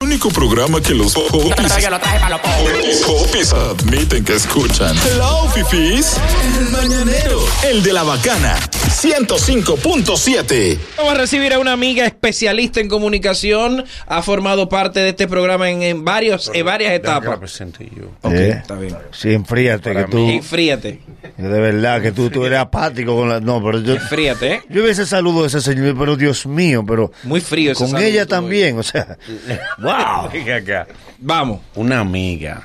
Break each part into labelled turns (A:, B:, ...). A: único programa que los popis,
B: Pero yo lo traje para los pobres.
A: popis admiten que escuchan. Hello, fifis. El mañanero. El de la bacana. 105.7.
C: Vamos a recibir a una amiga especialista en comunicación. Ha formado parte de este programa en, en varios, en varias
D: Déjame que la
C: etapas.
D: presente yo.
C: Ok,
E: Eh.
C: está bien.
E: Sí, enfríate, que tú.
C: Enfríate,
E: De verdad, que tú, tú eres apático con la. No, pero yo.
C: enfríate, ¿eh?
E: Yo ese saludo de ese señor, pero Dios mío, pero.
C: Muy frío ese
E: Con
C: saludo
E: ella
C: tuyo.
E: también, o sea. ¡Wow!
D: Venga acá.
C: Vamos.
D: Una amiga,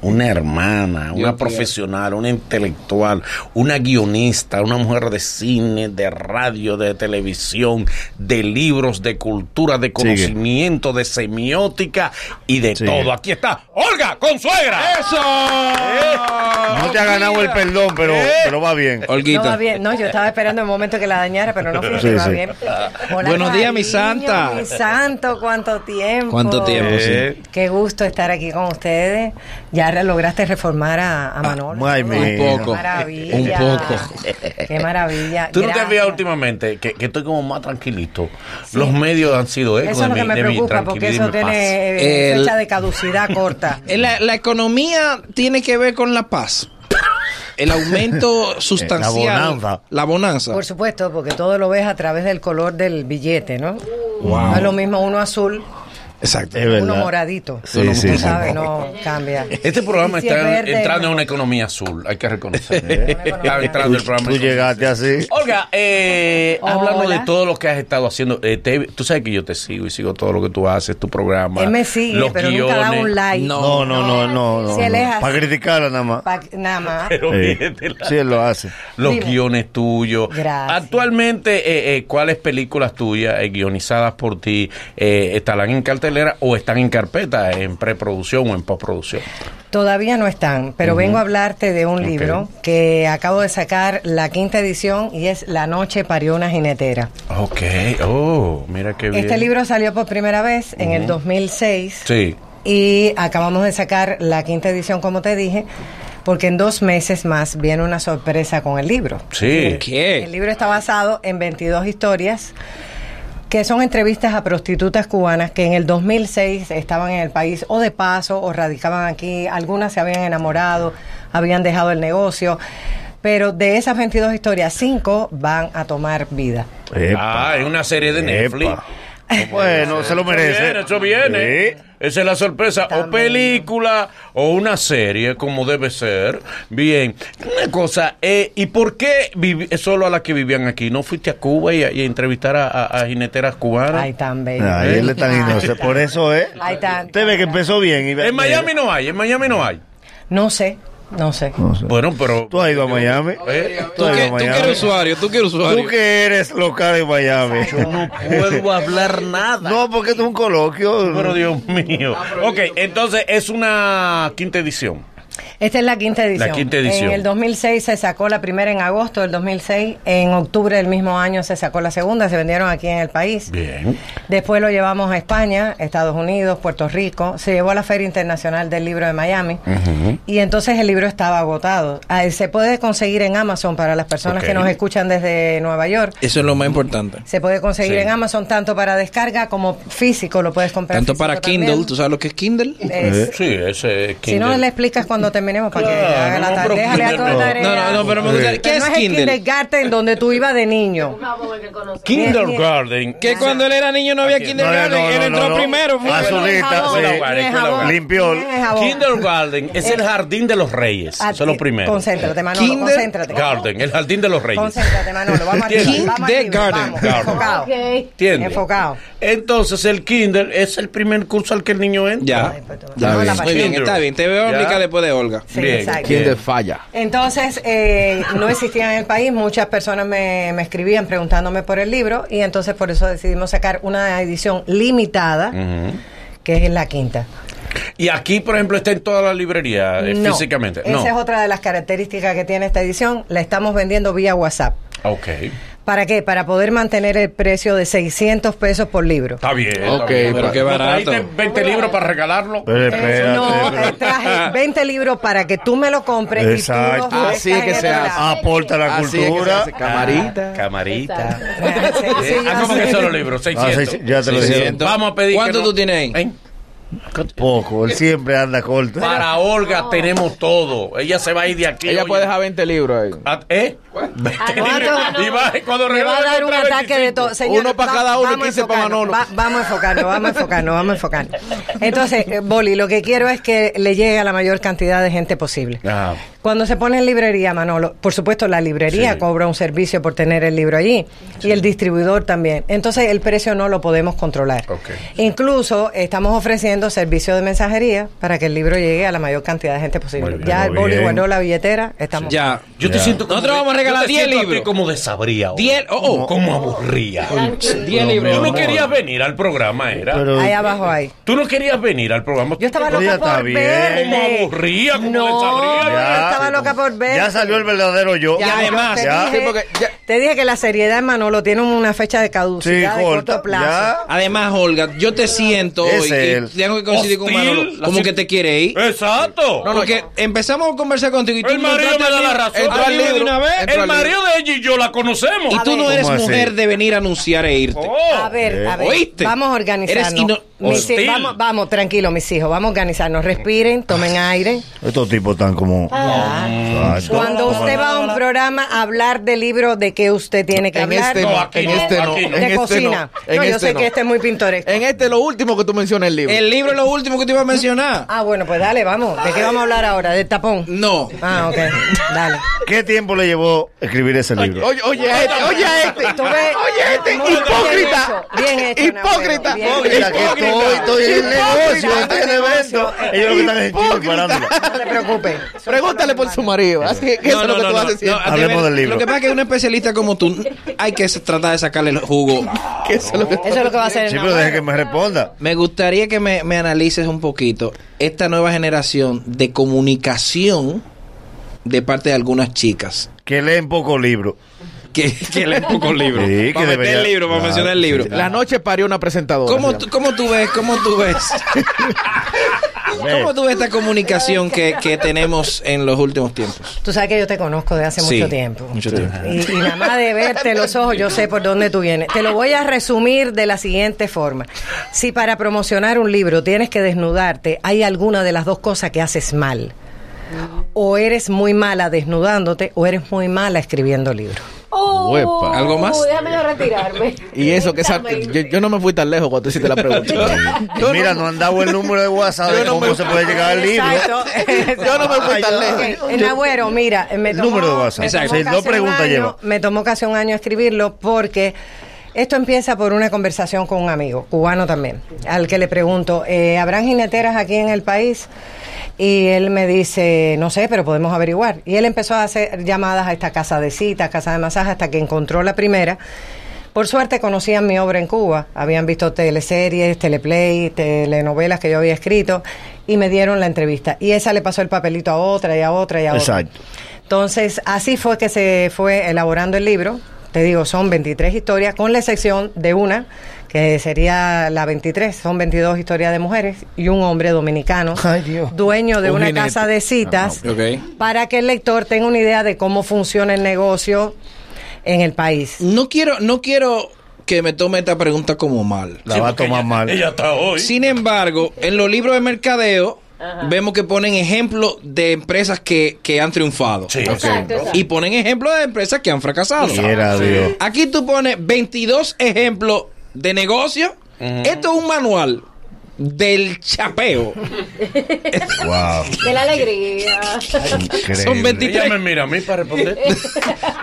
D: una hermana, una
C: mío.
D: profesional, una intelectual, una guionista, una mujer de cine, de radio, de televisión, de libros, de cultura, de conocimiento, de semiótica y de
E: Sigue.
D: todo. Aquí está Olga Consuegra.
C: ¡Eso!
E: No te ha ganado el perdón, pero, pero va bien.
C: Olguita.
F: No, va bien. No, yo estaba esperando el momento que la dañara, pero no fue
E: Sí,
F: que va
E: sí.
F: bien. Hola,
C: Buenos días, mi santa.
F: Mi santo, cuánto tiempo.
C: ¿Cuánto tiempo?
D: Eh,
C: sí?
F: Qué gusto estar aquí con ustedes. Ya re- lograste reformar a,
D: Ah,
F: a Manolo.
E: ay,
F: ¿no?
E: mi-
F: Qué
E: Un
C: poco,
F: maravilla.
C: un poco.
F: Qué maravilla.
D: Tú no te has
F: Gracias.
D: fijado últimamente que, que estoy como más tranquilito. Los medios han sido eco
F: Eso es
D: de
F: lo
D: mi,
F: que me
D: de mi
F: preocupa, porque
D: tranquilidad y
F: eso
D: mi paz.
F: tiene eh,
C: El-
F: fecha de caducidad corta.
C: Eh, La, la economía tiene que ver con la paz. El aumento sustancial.
E: Eh, bonanza.
C: La bonanza.
F: Por supuesto, porque todo lo ves a través del color del billete, ¿no? No es lo mismo uno azul,
C: Exacto.
E: Es
F: uno
E: verdad.
F: moradito.
E: Sí, sí, sí.
F: ¿Sabes? No cambia.
D: Este programa
F: Y si
D: está
F: es verde,
D: entrando
F: no.
D: en una economía azul, hay que reconocerlo. ¿eh? está entrando el programa.
E: Tú
D: en-
E: llegaste así.
D: Olga, eh,
F: Hola.
D: hablando de todo lo que has estado haciendo, eh, te- tú sabes que yo te sigo y sigo todo lo que tú haces, tu programa.
F: Él me sigue,
D: los
F: pero
D: guiones.
F: nunca da un like.
E: No, no, no, no. no,
F: Si él es así.
E: Para criticarla nada más.
F: Pa- nada más.
D: Pero
E: Eh,
D: míretela.
E: Sí, él lo hace.
D: Los
F: Dime.
D: guiones tuyos.
F: Gracias.
D: Actualmente, eh, eh, ¿cuáles películas tuyas eh, guionizadas por ti eh, estarán en cartelera o están en carpeta, en preproducción o en postproducción?
F: Todavía no están, pero vengo a hablarte de un
D: Ok.
F: libro que acabo de sacar la quinta edición y es La noche parió una jinetera.
D: Ok, oh, mira qué bien.
F: Este libro salió por primera vez en el 2006
D: Sí.
F: y acabamos de sacar la quinta edición, como te dije, porque en dos meses más viene una sorpresa con el libro.
D: Sí.
E: Eh,
F: El libro está basado en 22 historias que son entrevistas a prostitutas cubanas que en el 2006 estaban en el país o de paso o radicaban aquí. Algunas se habían enamorado, habían dejado el negocio. Pero de esas 22 historias, cinco van a tomar vida.
E: Epa.
D: Ah, es una serie de Netflix.
E: Epa. Bueno, se lo
D: Eso
E: merece.
D: viene, eso viene.
E: Sí.
D: Esa es la sorpresa. O
F: También.
D: película o una serie, como debe ser. Bien. Una cosa, eh, ¿y por qué vivi- solo a las que vivían aquí? ¿No fuiste a Cuba y a, y a entrevistar a, a- a jineteras cubanas?
F: Ay, tan bello.
E: Ay, Ah, él es tan
F: Ay,
E: inocente.
F: tan-
E: Por eso es.
F: Ay, tan-
E: Usted ve que empezó bien. y-
D: en Miami no hay, en Miami no hay.
F: No sé, no sé.
E: No sé.
D: Bueno, pero...
E: ¿Tú has ido a Miami?
D: Eh,
C: ¿Tú,
E: Bueno,
C: que, tú que
E: mañana.
C: eres usuario, tú que eres usuario.
E: Tú que eres local en Miami.
D: no puedo hablar nada.
E: No, porque esto es un coloquio.
D: Pero Dios mío. Ok, entonces es una quinta edición.
F: Esta es la quinta edición.
D: La quinta edición.
F: En el 2006 se sacó la primera en agosto del 2006. En octubre del mismo año se sacó la segunda. Se vendieron aquí en el país.
D: Bien.
F: Después lo llevamos a España, Estados Unidos, Puerto Rico. Se llevó a la Feria Internacional del Libro de Miami. Y entonces el libro estaba agotado. Ah, Se puede conseguir en Amazon para las personas
D: Ok.
F: que nos escuchan desde Nueva York.
C: Eso es lo más importante.
F: Se puede conseguir
D: Sí.
F: en Amazon tanto para descarga como físico. Lo puedes comprar.
C: Tanto
F: físico
C: para Kindle,
F: también.
C: ¿tú sabes lo que es Kindle?
F: Es-
D: Sí, ese es
F: si no,
D: Kindle.
F: le explicas cuando terminemos para que
D: Claro,
F: haga la
D: no,
F: tarde.
D: pero
F: Déjale a toda
D: no.
F: tarea.
C: No, no, no, pero me gustaría. ¿Qué
F: Pero
C: es
F: no es el
C: Kindle?
F: kindergarten donde tú ibas de niño.
D: Kindergarten.
C: Que cuando él era niño no había kindergarten, él entró primero. fue.
E: Azulita,
D: Fue la hogar, fue la hogar.
E: sí. Limpió.
F: Tienes jabón.
D: Kindergarten es el jardín de los reyes.
F: Eh, Ah,
D: Eso es lo primero.
F: Concéntrate, Manolo,
C: Kinder-
F: concéntrate.
D: Garden, el jardín de los reyes.
F: Concéntrate, Manolo. Vamos a
D: Kinder-
C: Garden.
F: Vamos, enfocado.
D: ¿Entiendes?
F: Enfocado.
D: Entonces el kinder es el primer curso al que el niño entra.
C: Ya.
F: Ya
C: Muy
F: ves.
C: bien, bien, está bien. Te veo
D: Ya.
C: explicar después de Olga.
F: Sí,
D: Bien.
F: exacto.
D: Kinder
G: falla.
F: Entonces, eh, no existía en el país, muchas personas me, me escribían preguntándome por el libro y entonces por eso decidimos sacar una edición limitada,
D: Mm.
F: que es la quinta.
D: Y aquí, por ejemplo, está en toda la librería eh,
F: No,
D: físicamente.
F: Esa
D: No.
F: es otra de las características que tiene esta edición, la estamos vendiendo vía WhatsApp.
D: Ok.
F: ¿Para qué? Para poder mantener el precio de 600 pesos por libro.
D: Está bien. está
G: Ok,
D: bien.
C: pero qué
D: ¿No
C: barato.
D: trajiste 20 libros para regalarlo.
E: Pero
F: Eso no,
E: espérate.
F: te traje 20 libros para que tú me lo compres y tú
E: Exacto. Ah,
F: los metas
G: Así es que
F: en el
G: se hace.
F: programa.
E: Aporta la
G: Así es que se
E: cultura.
G: hace camarita.
D: Eh, Ah, Camarita.
E: pues.
F: Sí, sí,
D: Ah,
F: ya
D: ¿cómo
F: sé.
D: que son los libros?
E: Ah,
D: 600.
E: seis- ya te lo dije.
D: Vamos a pedir.
C: ¿Cuánto
D: que
C: tú tienes ahí?
D: ¿Eh?
E: Poco, él siempre anda corto. ¿eh?
D: Para Olga tenemos todo. Ella se va a ir de aquí.
B: Ella
D: oye.
B: puede dejar 20 libros ahí.
D: Ah, ¿Eh?
F: cuánto?
D: Y va, cuando
F: Me va a
D: regrese
F: dar un
D: trae
F: ataque de
D: 25.
F: todo. Señores,
B: Uno pa'
F: va-
B: cada uno y
F: vamos
B: 15 pa'
F: enfocando,
B: Manolo.
F: va- vamos a enfocarnos, vamos a enfocarnos, vamos a enfocarnos. Entonces, eh, Boli, lo que quiero es que le llegue a la mayor cantidad de gente posible.
D: Ajá.
C: Ah,
F: Cuando se pone en librería, Manolo, por supuesto la librería
D: Sí.
F: cobra un servicio por tener el libro allí y el distribuidor también. Entonces el precio no lo podemos controlar.
D: Ok.
F: Incluso estamos ofreciendo servicio de mensajería para que el libro llegue a la mayor cantidad de gente posible.
E: Muy bien.
F: ya el
E: Muy
F: boli
E: bien.
F: guardó la billetera, estamos.
C: Ya.
D: Yo te
E: Ya.
D: siento como
C: Nosotros
D: de-
C: vamos a regalar
D: yo te
C: 10
D: siento a ti
C: libros.
D: como desabría. ahora.
C: 10, oh, oh,
D: Como aburría.
C: 10 libros.
D: Tú no
E: amor.
D: querías venir al programa, era.
E: Pero-
F: Ahí abajo hay.
D: Tú no querías venir al programa.
F: Yo estaba
E: Pero
F: loca
E: ya
F: por
E: está bien.
F: verte.
D: como aburría, como
F: No.
D: desabría.
F: yo estaba loca por ver.
E: Ya salió el verdadero yo.
C: Y
F: Ya,
C: además-
F: yo
E: Ya.
F: te,
B: Sí,
F: dije,
B: porque ya-
F: te dije que la seriedad en Manolo tiene una fecha de caducidad
E: Sí,
F: de corto,
E: corta,
F: plazo.
C: Además, Olga, yo te siento hoy.
E: Ese
C: y
E: él.
C: tengo que coincidir con
D: Hostil,
C: Manolo.
D: la
C: Como
D: sit-
C: que te quiere
D: Eh,
C: ir.
D: Exacto.
B: No, no,
C: Porque empezamos a conversar contigo y tú
D: el
C: no
D: marido me
C: entraste
D: da
C: al
D: la
C: libro-
D: razón.
C: entraste
B: Entró
C: al libro de una vez.
B: Entró
D: El
B: al
D: marido de ella y yo la conocemos.
C: Y tú no
F: ver.
C: eres
E: ¿Cómo así?
C: mujer de venir a anunciar e irte.
D: Oh.
B: ¿Eh?
F: A ver, a ver.
C: ¿Oíste?
F: Vamos a
C: Eres ino-
F: organizarnos. Mis
D: hostil.
F: hij- vamos, vamos, tranquilo, mis hijos. Vamos a organizarnos. Respiren, tomen aire.
E: Estos tipos están como. Exacto.
F: Cuando usted va a un programa a hablar del libro, ¿de qué usted tiene que
B: En
F: hablar?
B: este
D: No,
B: no,
D: aquí
B: en
D: no,
B: este no,
D: aquí
B: en
D: no.
F: de
B: este
F: cocina.
B: no. En
F: No, yo
B: este
F: sé
B: no.
F: que este es muy pintoresco.
B: En este lo último que tú mencionas el libro.
C: El libro es lo último que te iba a mencionar.
F: Ah, bueno, pues dale, vamos. ¿De qué vamos a hablar ahora? ¿Del tapón?
C: No.
F: Ah, ok. Dale.
E: ¿Qué tiempo le llevó escribir ese libro?
B: Oye, oye, a este, oye, a este.
F: Tú ves-
B: Oye, este,
F: Muy bien
B: hipócrita.
F: hecho, bien hecho,
B: hipócrita.
F: Nahuel, bien hecho.
E: Mira que estoy, estoy en el negocio,
F: Hipócrita.
E: estoy en el evento. Ellos lo que están es en
B: Hipócrita.
E: parándola.
F: No te preocupes.
B: Pregúntale por su marido. Así que eso es lo que tú haces siempre.
C: de
E: Hablemos
C: verdad,
E: del libro.
C: Lo que pasa es que un especialista como tú hay que tratar de sacarle el jugo.
B: Que eso es lo que tú
F: Eso es lo que va a hacer.
E: Sí,
F: el
E: pero deja
F: Nahuel.
E: que me responda.
C: Me gustaría que me, me analices un poquito esta nueva generación de comunicación de parte de algunas chicas.
E: Que leen poco libro.
C: Que, que leen pocos libros.
E: Sí,
C: para
E: que
C: meter
E: debería-
C: el libro, para
E: Claro,
C: mencionar el
E: sí.
C: libro.
B: La noche parió una presentadora.
C: ¿Cómo tú, ¿Cómo tú ves? ¿Cómo tú ves? ¿Cómo tú ves esta comunicación que, que tenemos en los últimos tiempos?
F: Tú sabes que yo te conozco de hace
C: Sí,
F: mucho tiempo.
C: mucho tiempo.
F: Y, y nada más de verte los ojos, yo sé por dónde tú vienes. Te lo voy a resumir de la siguiente forma. Si para promocionar un libro tienes que desnudarte, hay alguna de las dos cosas que haces mal. O eres muy mala desnudándote, o eres muy mala escribiendo libros.
G: Oh,
B: Huepa.
C: ¿Algo más?
G: Déjame yo retirarme.
B: Y eso que esa,
G: Cuéntame.
B: yo, yo no me fui tan lejos cuando hiciste la pregunta. yo,
E: Mira,
B: no,
E: no han dado el número de WhatsApp
B: Yo
E: de
B: no
E: cómo
B: me-
E: se puede llegar al libro.
B: yo no me fui tan lejos.
F: Ok, En Agüero, Eh, mira, eh, me
E: El
F: tomó,
E: número de WhatsApp.
F: me tomó
E: Exacto. Sí,
F: casi
E: no pregunta
F: un año-
E: lleva.
F: Me tomó casi un año escribirlo porque esto empieza por una conversación con un amigo, cubano también, al que le pregunto, eh, ¿habrán jineteras aquí en el país? Y él me dice, no sé, pero podemos averiguar. Y él empezó a hacer llamadas a esta casa de citas, casa de masajes, hasta que encontró la primera. Por suerte conocían mi obra en Cuba, habían visto teleseries, teleplay, telenovelas que yo había escrito y me dieron la entrevista. Y esa le pasó el papelito a otra y a otra y a otra.
E: Exacto.
F: Entonces, así fue que se fue elaborando el libro. Te digo, son 23 historias, con la excepción de una, que sería la 23, son 22 historias de mujeres y un hombre dominicano,
E: Ay, Dios.
F: dueño de
B: Un
F: una
B: jinete.
F: casa de citas,
C: Ah, ok.
F: para que el lector tenga una idea de cómo funciona el negocio en el país.
C: No quiero, no quiero que me tome esta pregunta como mal.
E: La va a tomar mal.
D: Ella está hoy.
C: Sin embargo, en los libros de mercadeo vemos que ponen ejemplos de empresas que, que han triunfado.
D: Sí,
G: Exacto, exacto.
C: Y ponen ejemplos de empresas que han fracasado.
E: Quiera Dios.
C: Aquí tú pones 22 ejemplos de negocio. Esto es un manual del chapeo.
E: Wow.
G: De la alegría.
E: Increíble.
C: Son 23.
D: Ella me mira a mí para responder.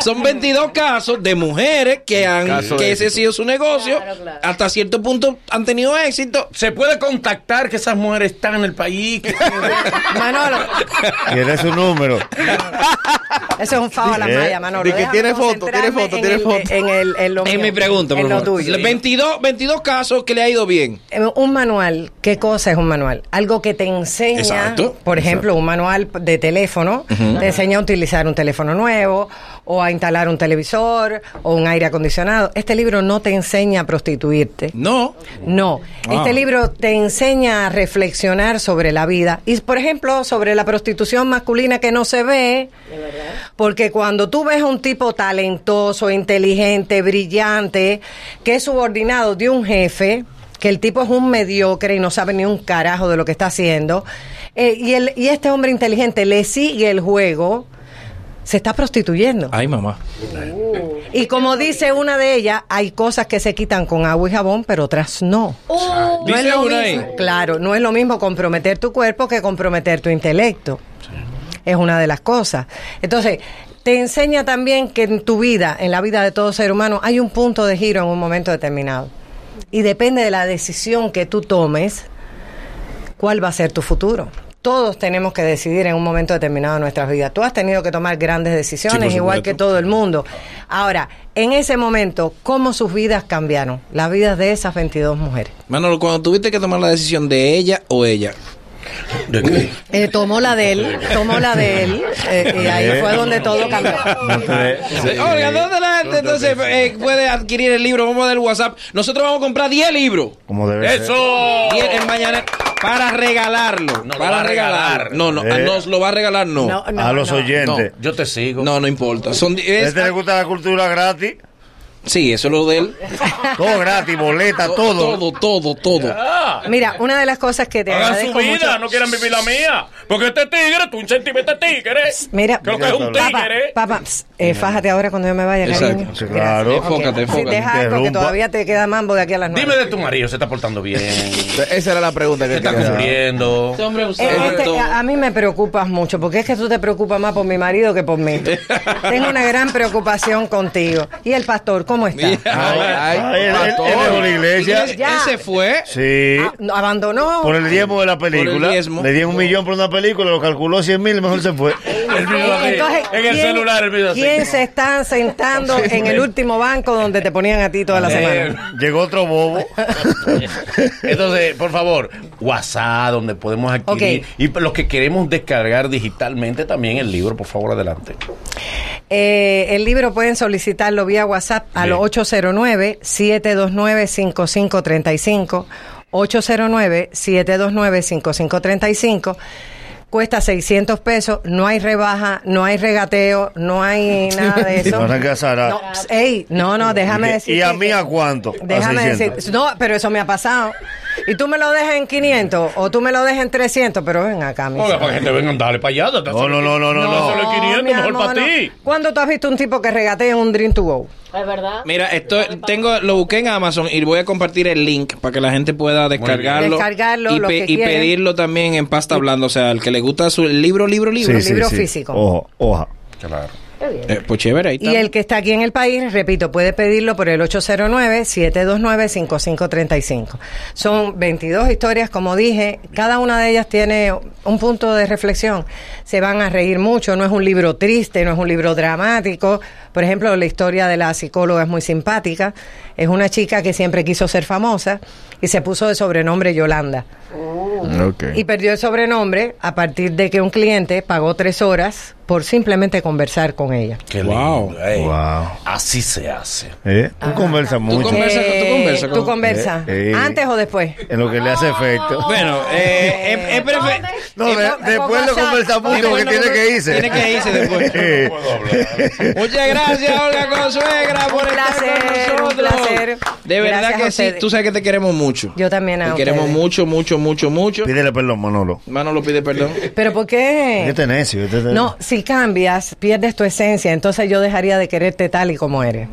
C: Son 22 casos de mujeres que han
B: Caso de
C: que ese ha
B: éxito.
C: sido su negocio.
G: Claro, claro.
C: Hasta cierto punto han tenido éxito.
D: Se puede contactar que esas mujeres están en el país. que-
F: Manolo,
E: ¿Quiere su número?
F: eso es un favo a la
E: Eh,
F: malla, Manolo.
B: di que
F: Déjame
B: tiene foto, tiene
F: concentrarme
B: foto,
F: en
B: tiene
F: el-
B: foto.
F: En, el, en lo
C: Es
F: mío,
C: mi pregunta, por
F: en lo
C: favor.
F: tuyo.
C: 22, 22 casos que le ha ido bien.
F: Eh, Un manual, ¿qué cosa es un manual? Algo que te enseña,
C: Exacto.
F: por ejemplo, un manual de teléfono, te enseña a utilizar un teléfono nuevo o a instalar un televisor o un aire acondicionado. Este libro no te enseña a prostituirte.
C: No.
F: No,
C: Ah.
F: este libro te enseña a reflexionar sobre la vida y, por ejemplo, sobre la prostitución masculina que no se ve, porque cuando tú ves a un tipo talentoso, inteligente, brillante, que es subordinado de un jefe, que el tipo es un mediocre y no sabe ni un carajo de lo que está haciendo, eh, y, el, y este hombre inteligente le sigue el juego, se está prostituyendo.
C: Ay, mamá.
F: Y como dice una de ellas, hay cosas que se quitan con agua y jabón, pero otras no.
G: Uh,
F: No es
C: Dice
F: lo
C: una ahí.
F: mismo, claro, no es lo mismo comprometer tu cuerpo que comprometer tu intelecto. Es una de las cosas. Entonces, te enseña también que en tu vida, en la vida de todo ser humano, hay un punto de giro en un momento determinado. Y depende de la decisión que tú tomes, cuál va a ser tu futuro. Todos tenemos que decidir en un momento determinado de nuestras vidas. Tú has tenido que tomar grandes decisiones, igual que todo el mundo. Ahora, en ese momento, ¿cómo sus vidas cambiaron? Las vidas de esas 22 mujeres.
C: Manolo, cuando tuviste que tomar la decisión de ella o ella,
F: Eh, tomó la de él, tomó la de él, eh, y ahí fue donde todo cambió.
E: No te-
C: Eh, Oiga, ¿dónde la gente entonces eh, puede adquirir el libro? Vamos a dar el WhatsApp. Nosotros vamos a comprar 10 libros.
E: Como debe ser.
D: ¡Eso!
C: 10 el mañana para regalarlo.
D: No lo va
C: para
D: a regalar.
C: regalar. No, no,
E: Eh.
C: nos lo va a regalar, no. No,
E: a los oyentes.
D: Yo te sigo.
C: no, importa. Son di-
E: ¿A
C: es-
E: este le gusta la cultura gratis?
C: sí, eso es lo de él.
E: Todo gratis, boleta, todo.
C: Todo, todo, todo.
F: Mira, una de las cosas que te
D: Hagan su
F: agradezco
D: vida,
F: mucho.
D: no quieran vivir la mía. Porque este tigre, tú un centímetro de tigre.
F: Mira,
D: Creo que es un
F: papá,
D: tigre.
F: papá, ps, eh, fájate ahora cuando yo me vaya,
C: Exacto.
F: cariño.
E: Sí, claro.
F: Gracias.
C: Enfócate,
F: Ok.
C: enfócate.
F: Sí, deja algo que
E: Interrumpa.
F: todavía te queda mambo de aquí a las nueve.
D: Dime de tu marido, se está portando bien. Se
B: Esa era la pregunta que
D: está
B: quería hacer.
D: cumpliendo.
C: Este hombre
F: Eh, este, a, a mí me preocupas mucho, porque es que tú te preocupas más por mi marido que por mí. Tengo una gran preocupación contigo. ¿Y el pastor, cómo está?
E: Ay,
B: Ay,
E: ay, él- él-
B: pastor.
E: él dejó la iglesia.
F: ah, Ya.
C: Ese fue.
E: Sí.
F: Ah, no, ¿Abandonó?
E: Por el diezmo de la película.
C: el diezmo.
E: Le dieron un millón por una película, lo calculó 100 mil, mejor se fue.
D: El video así,
F: Entonces,
D: en el
F: ¿quién-
D: celular, el video así.
F: ¿Quién se están sentando en el último banco donde te ponían a ti toda la
D: Eh,
F: semana?
E: Llegó otro bobo.
D: Entonces, por favor, WhatsApp, donde podemos adquirir.
F: Ok.
D: Y los que queremos descargar digitalmente también el libro, por favor, adelante.
F: Eh, el libro pueden solicitarlo vía WhatsApp al 809-729-5535. 809-729-5535. Cuesta 600 pesos, no hay rebaja, no hay regateo, no hay nada de eso.
E: No se casará.
F: No, ps, ey, no, no, déjame decir.
E: ¿Y a mí a cuánto? A
F: Déjame
E: 600.
F: decir, no, pero eso me ha pasado. Y tú me lo dejas en 500 o tú me lo dejas en 300, pero ven acá, mi
D: Oiga,
F: señor.
D: para que te vengan, dale para allá. date-
E: No, no, no, no, no.
D: No,
E: no.
D: solo 500,
F: mi
D: mejor
F: amor,
D: para ti.
F: ¿Cuándo tú has visto un tipo que regatea en un Dream to Go?
G: es verdad.
C: Mira, esto tengo, lo busqué en Amazon y voy a compartir el link para que la gente pueda descargarlo,
F: Descargarlo,
C: y,
F: lo que
C: y
F: quieren.
C: pedirlo también en pasta hablando, o sea, al que le gusta su libro, libro, libro.
F: Sí. libro físico.
E: Ojo, hoja.
D: Claro.
G: Qué bien.
C: Eh, pues chévere, ahí está.
F: Y el que está aquí en el país, repito, puede pedirlo por el 809-729-5535. Son 22 historias, como dije, cada una de ellas tiene un punto de reflexión. Se van a reír mucho, no es un libro triste, no es un libro dramático. Por ejemplo, la historia de la psicóloga es muy simpática. Es una chica que siempre quiso ser famosa y se puso de sobrenombre Yolanda. Y perdió el sobrenombre a partir de que un cliente pagó tres horas por simplemente conversar con ella.
D: Qué
C: Wow.
D: lindo, ey.
E: Wow.
D: Así se hace.
E: ¿Eh? Tú conversas mucho.
C: conversas con- tú conversas con-
F: Eh, Tú conversas.
E: Eh, eh.
F: ¿Antes o después?
E: En lo que le hace efecto.
C: Bueno, eh, es- es prefe-
E: No,
F: Eh,
E: de-
F: con-
E: después
F: con
E: lo
F: WhatsApp.
E: conversamos mucho
C: Después
E: que
C: lo
E: tiene
C: conver-
E: que irse.
C: tiene que irse después. Muchas gracias, Olga Consuegra, por
F: Un
C: estar
F: placer,
C: con
F: un
C: nosotros.
F: placer.
C: De verdad
F: Gracias a
C: que sí,
F: ustedes.
C: tú sabes que te queremos mucho.
F: Yo también
C: Te
F: a
C: queremos
F: ustedes.
C: mucho, mucho, mucho, mucho.
E: Pídele perdón, Manolo.
C: Manolo pide perdón.
F: ¿Pero por qué?
E: ¿Qué te necio? este-
F: No, si cambias, pierdes tu esencia, entonces yo dejaría de quererte tal y como eres.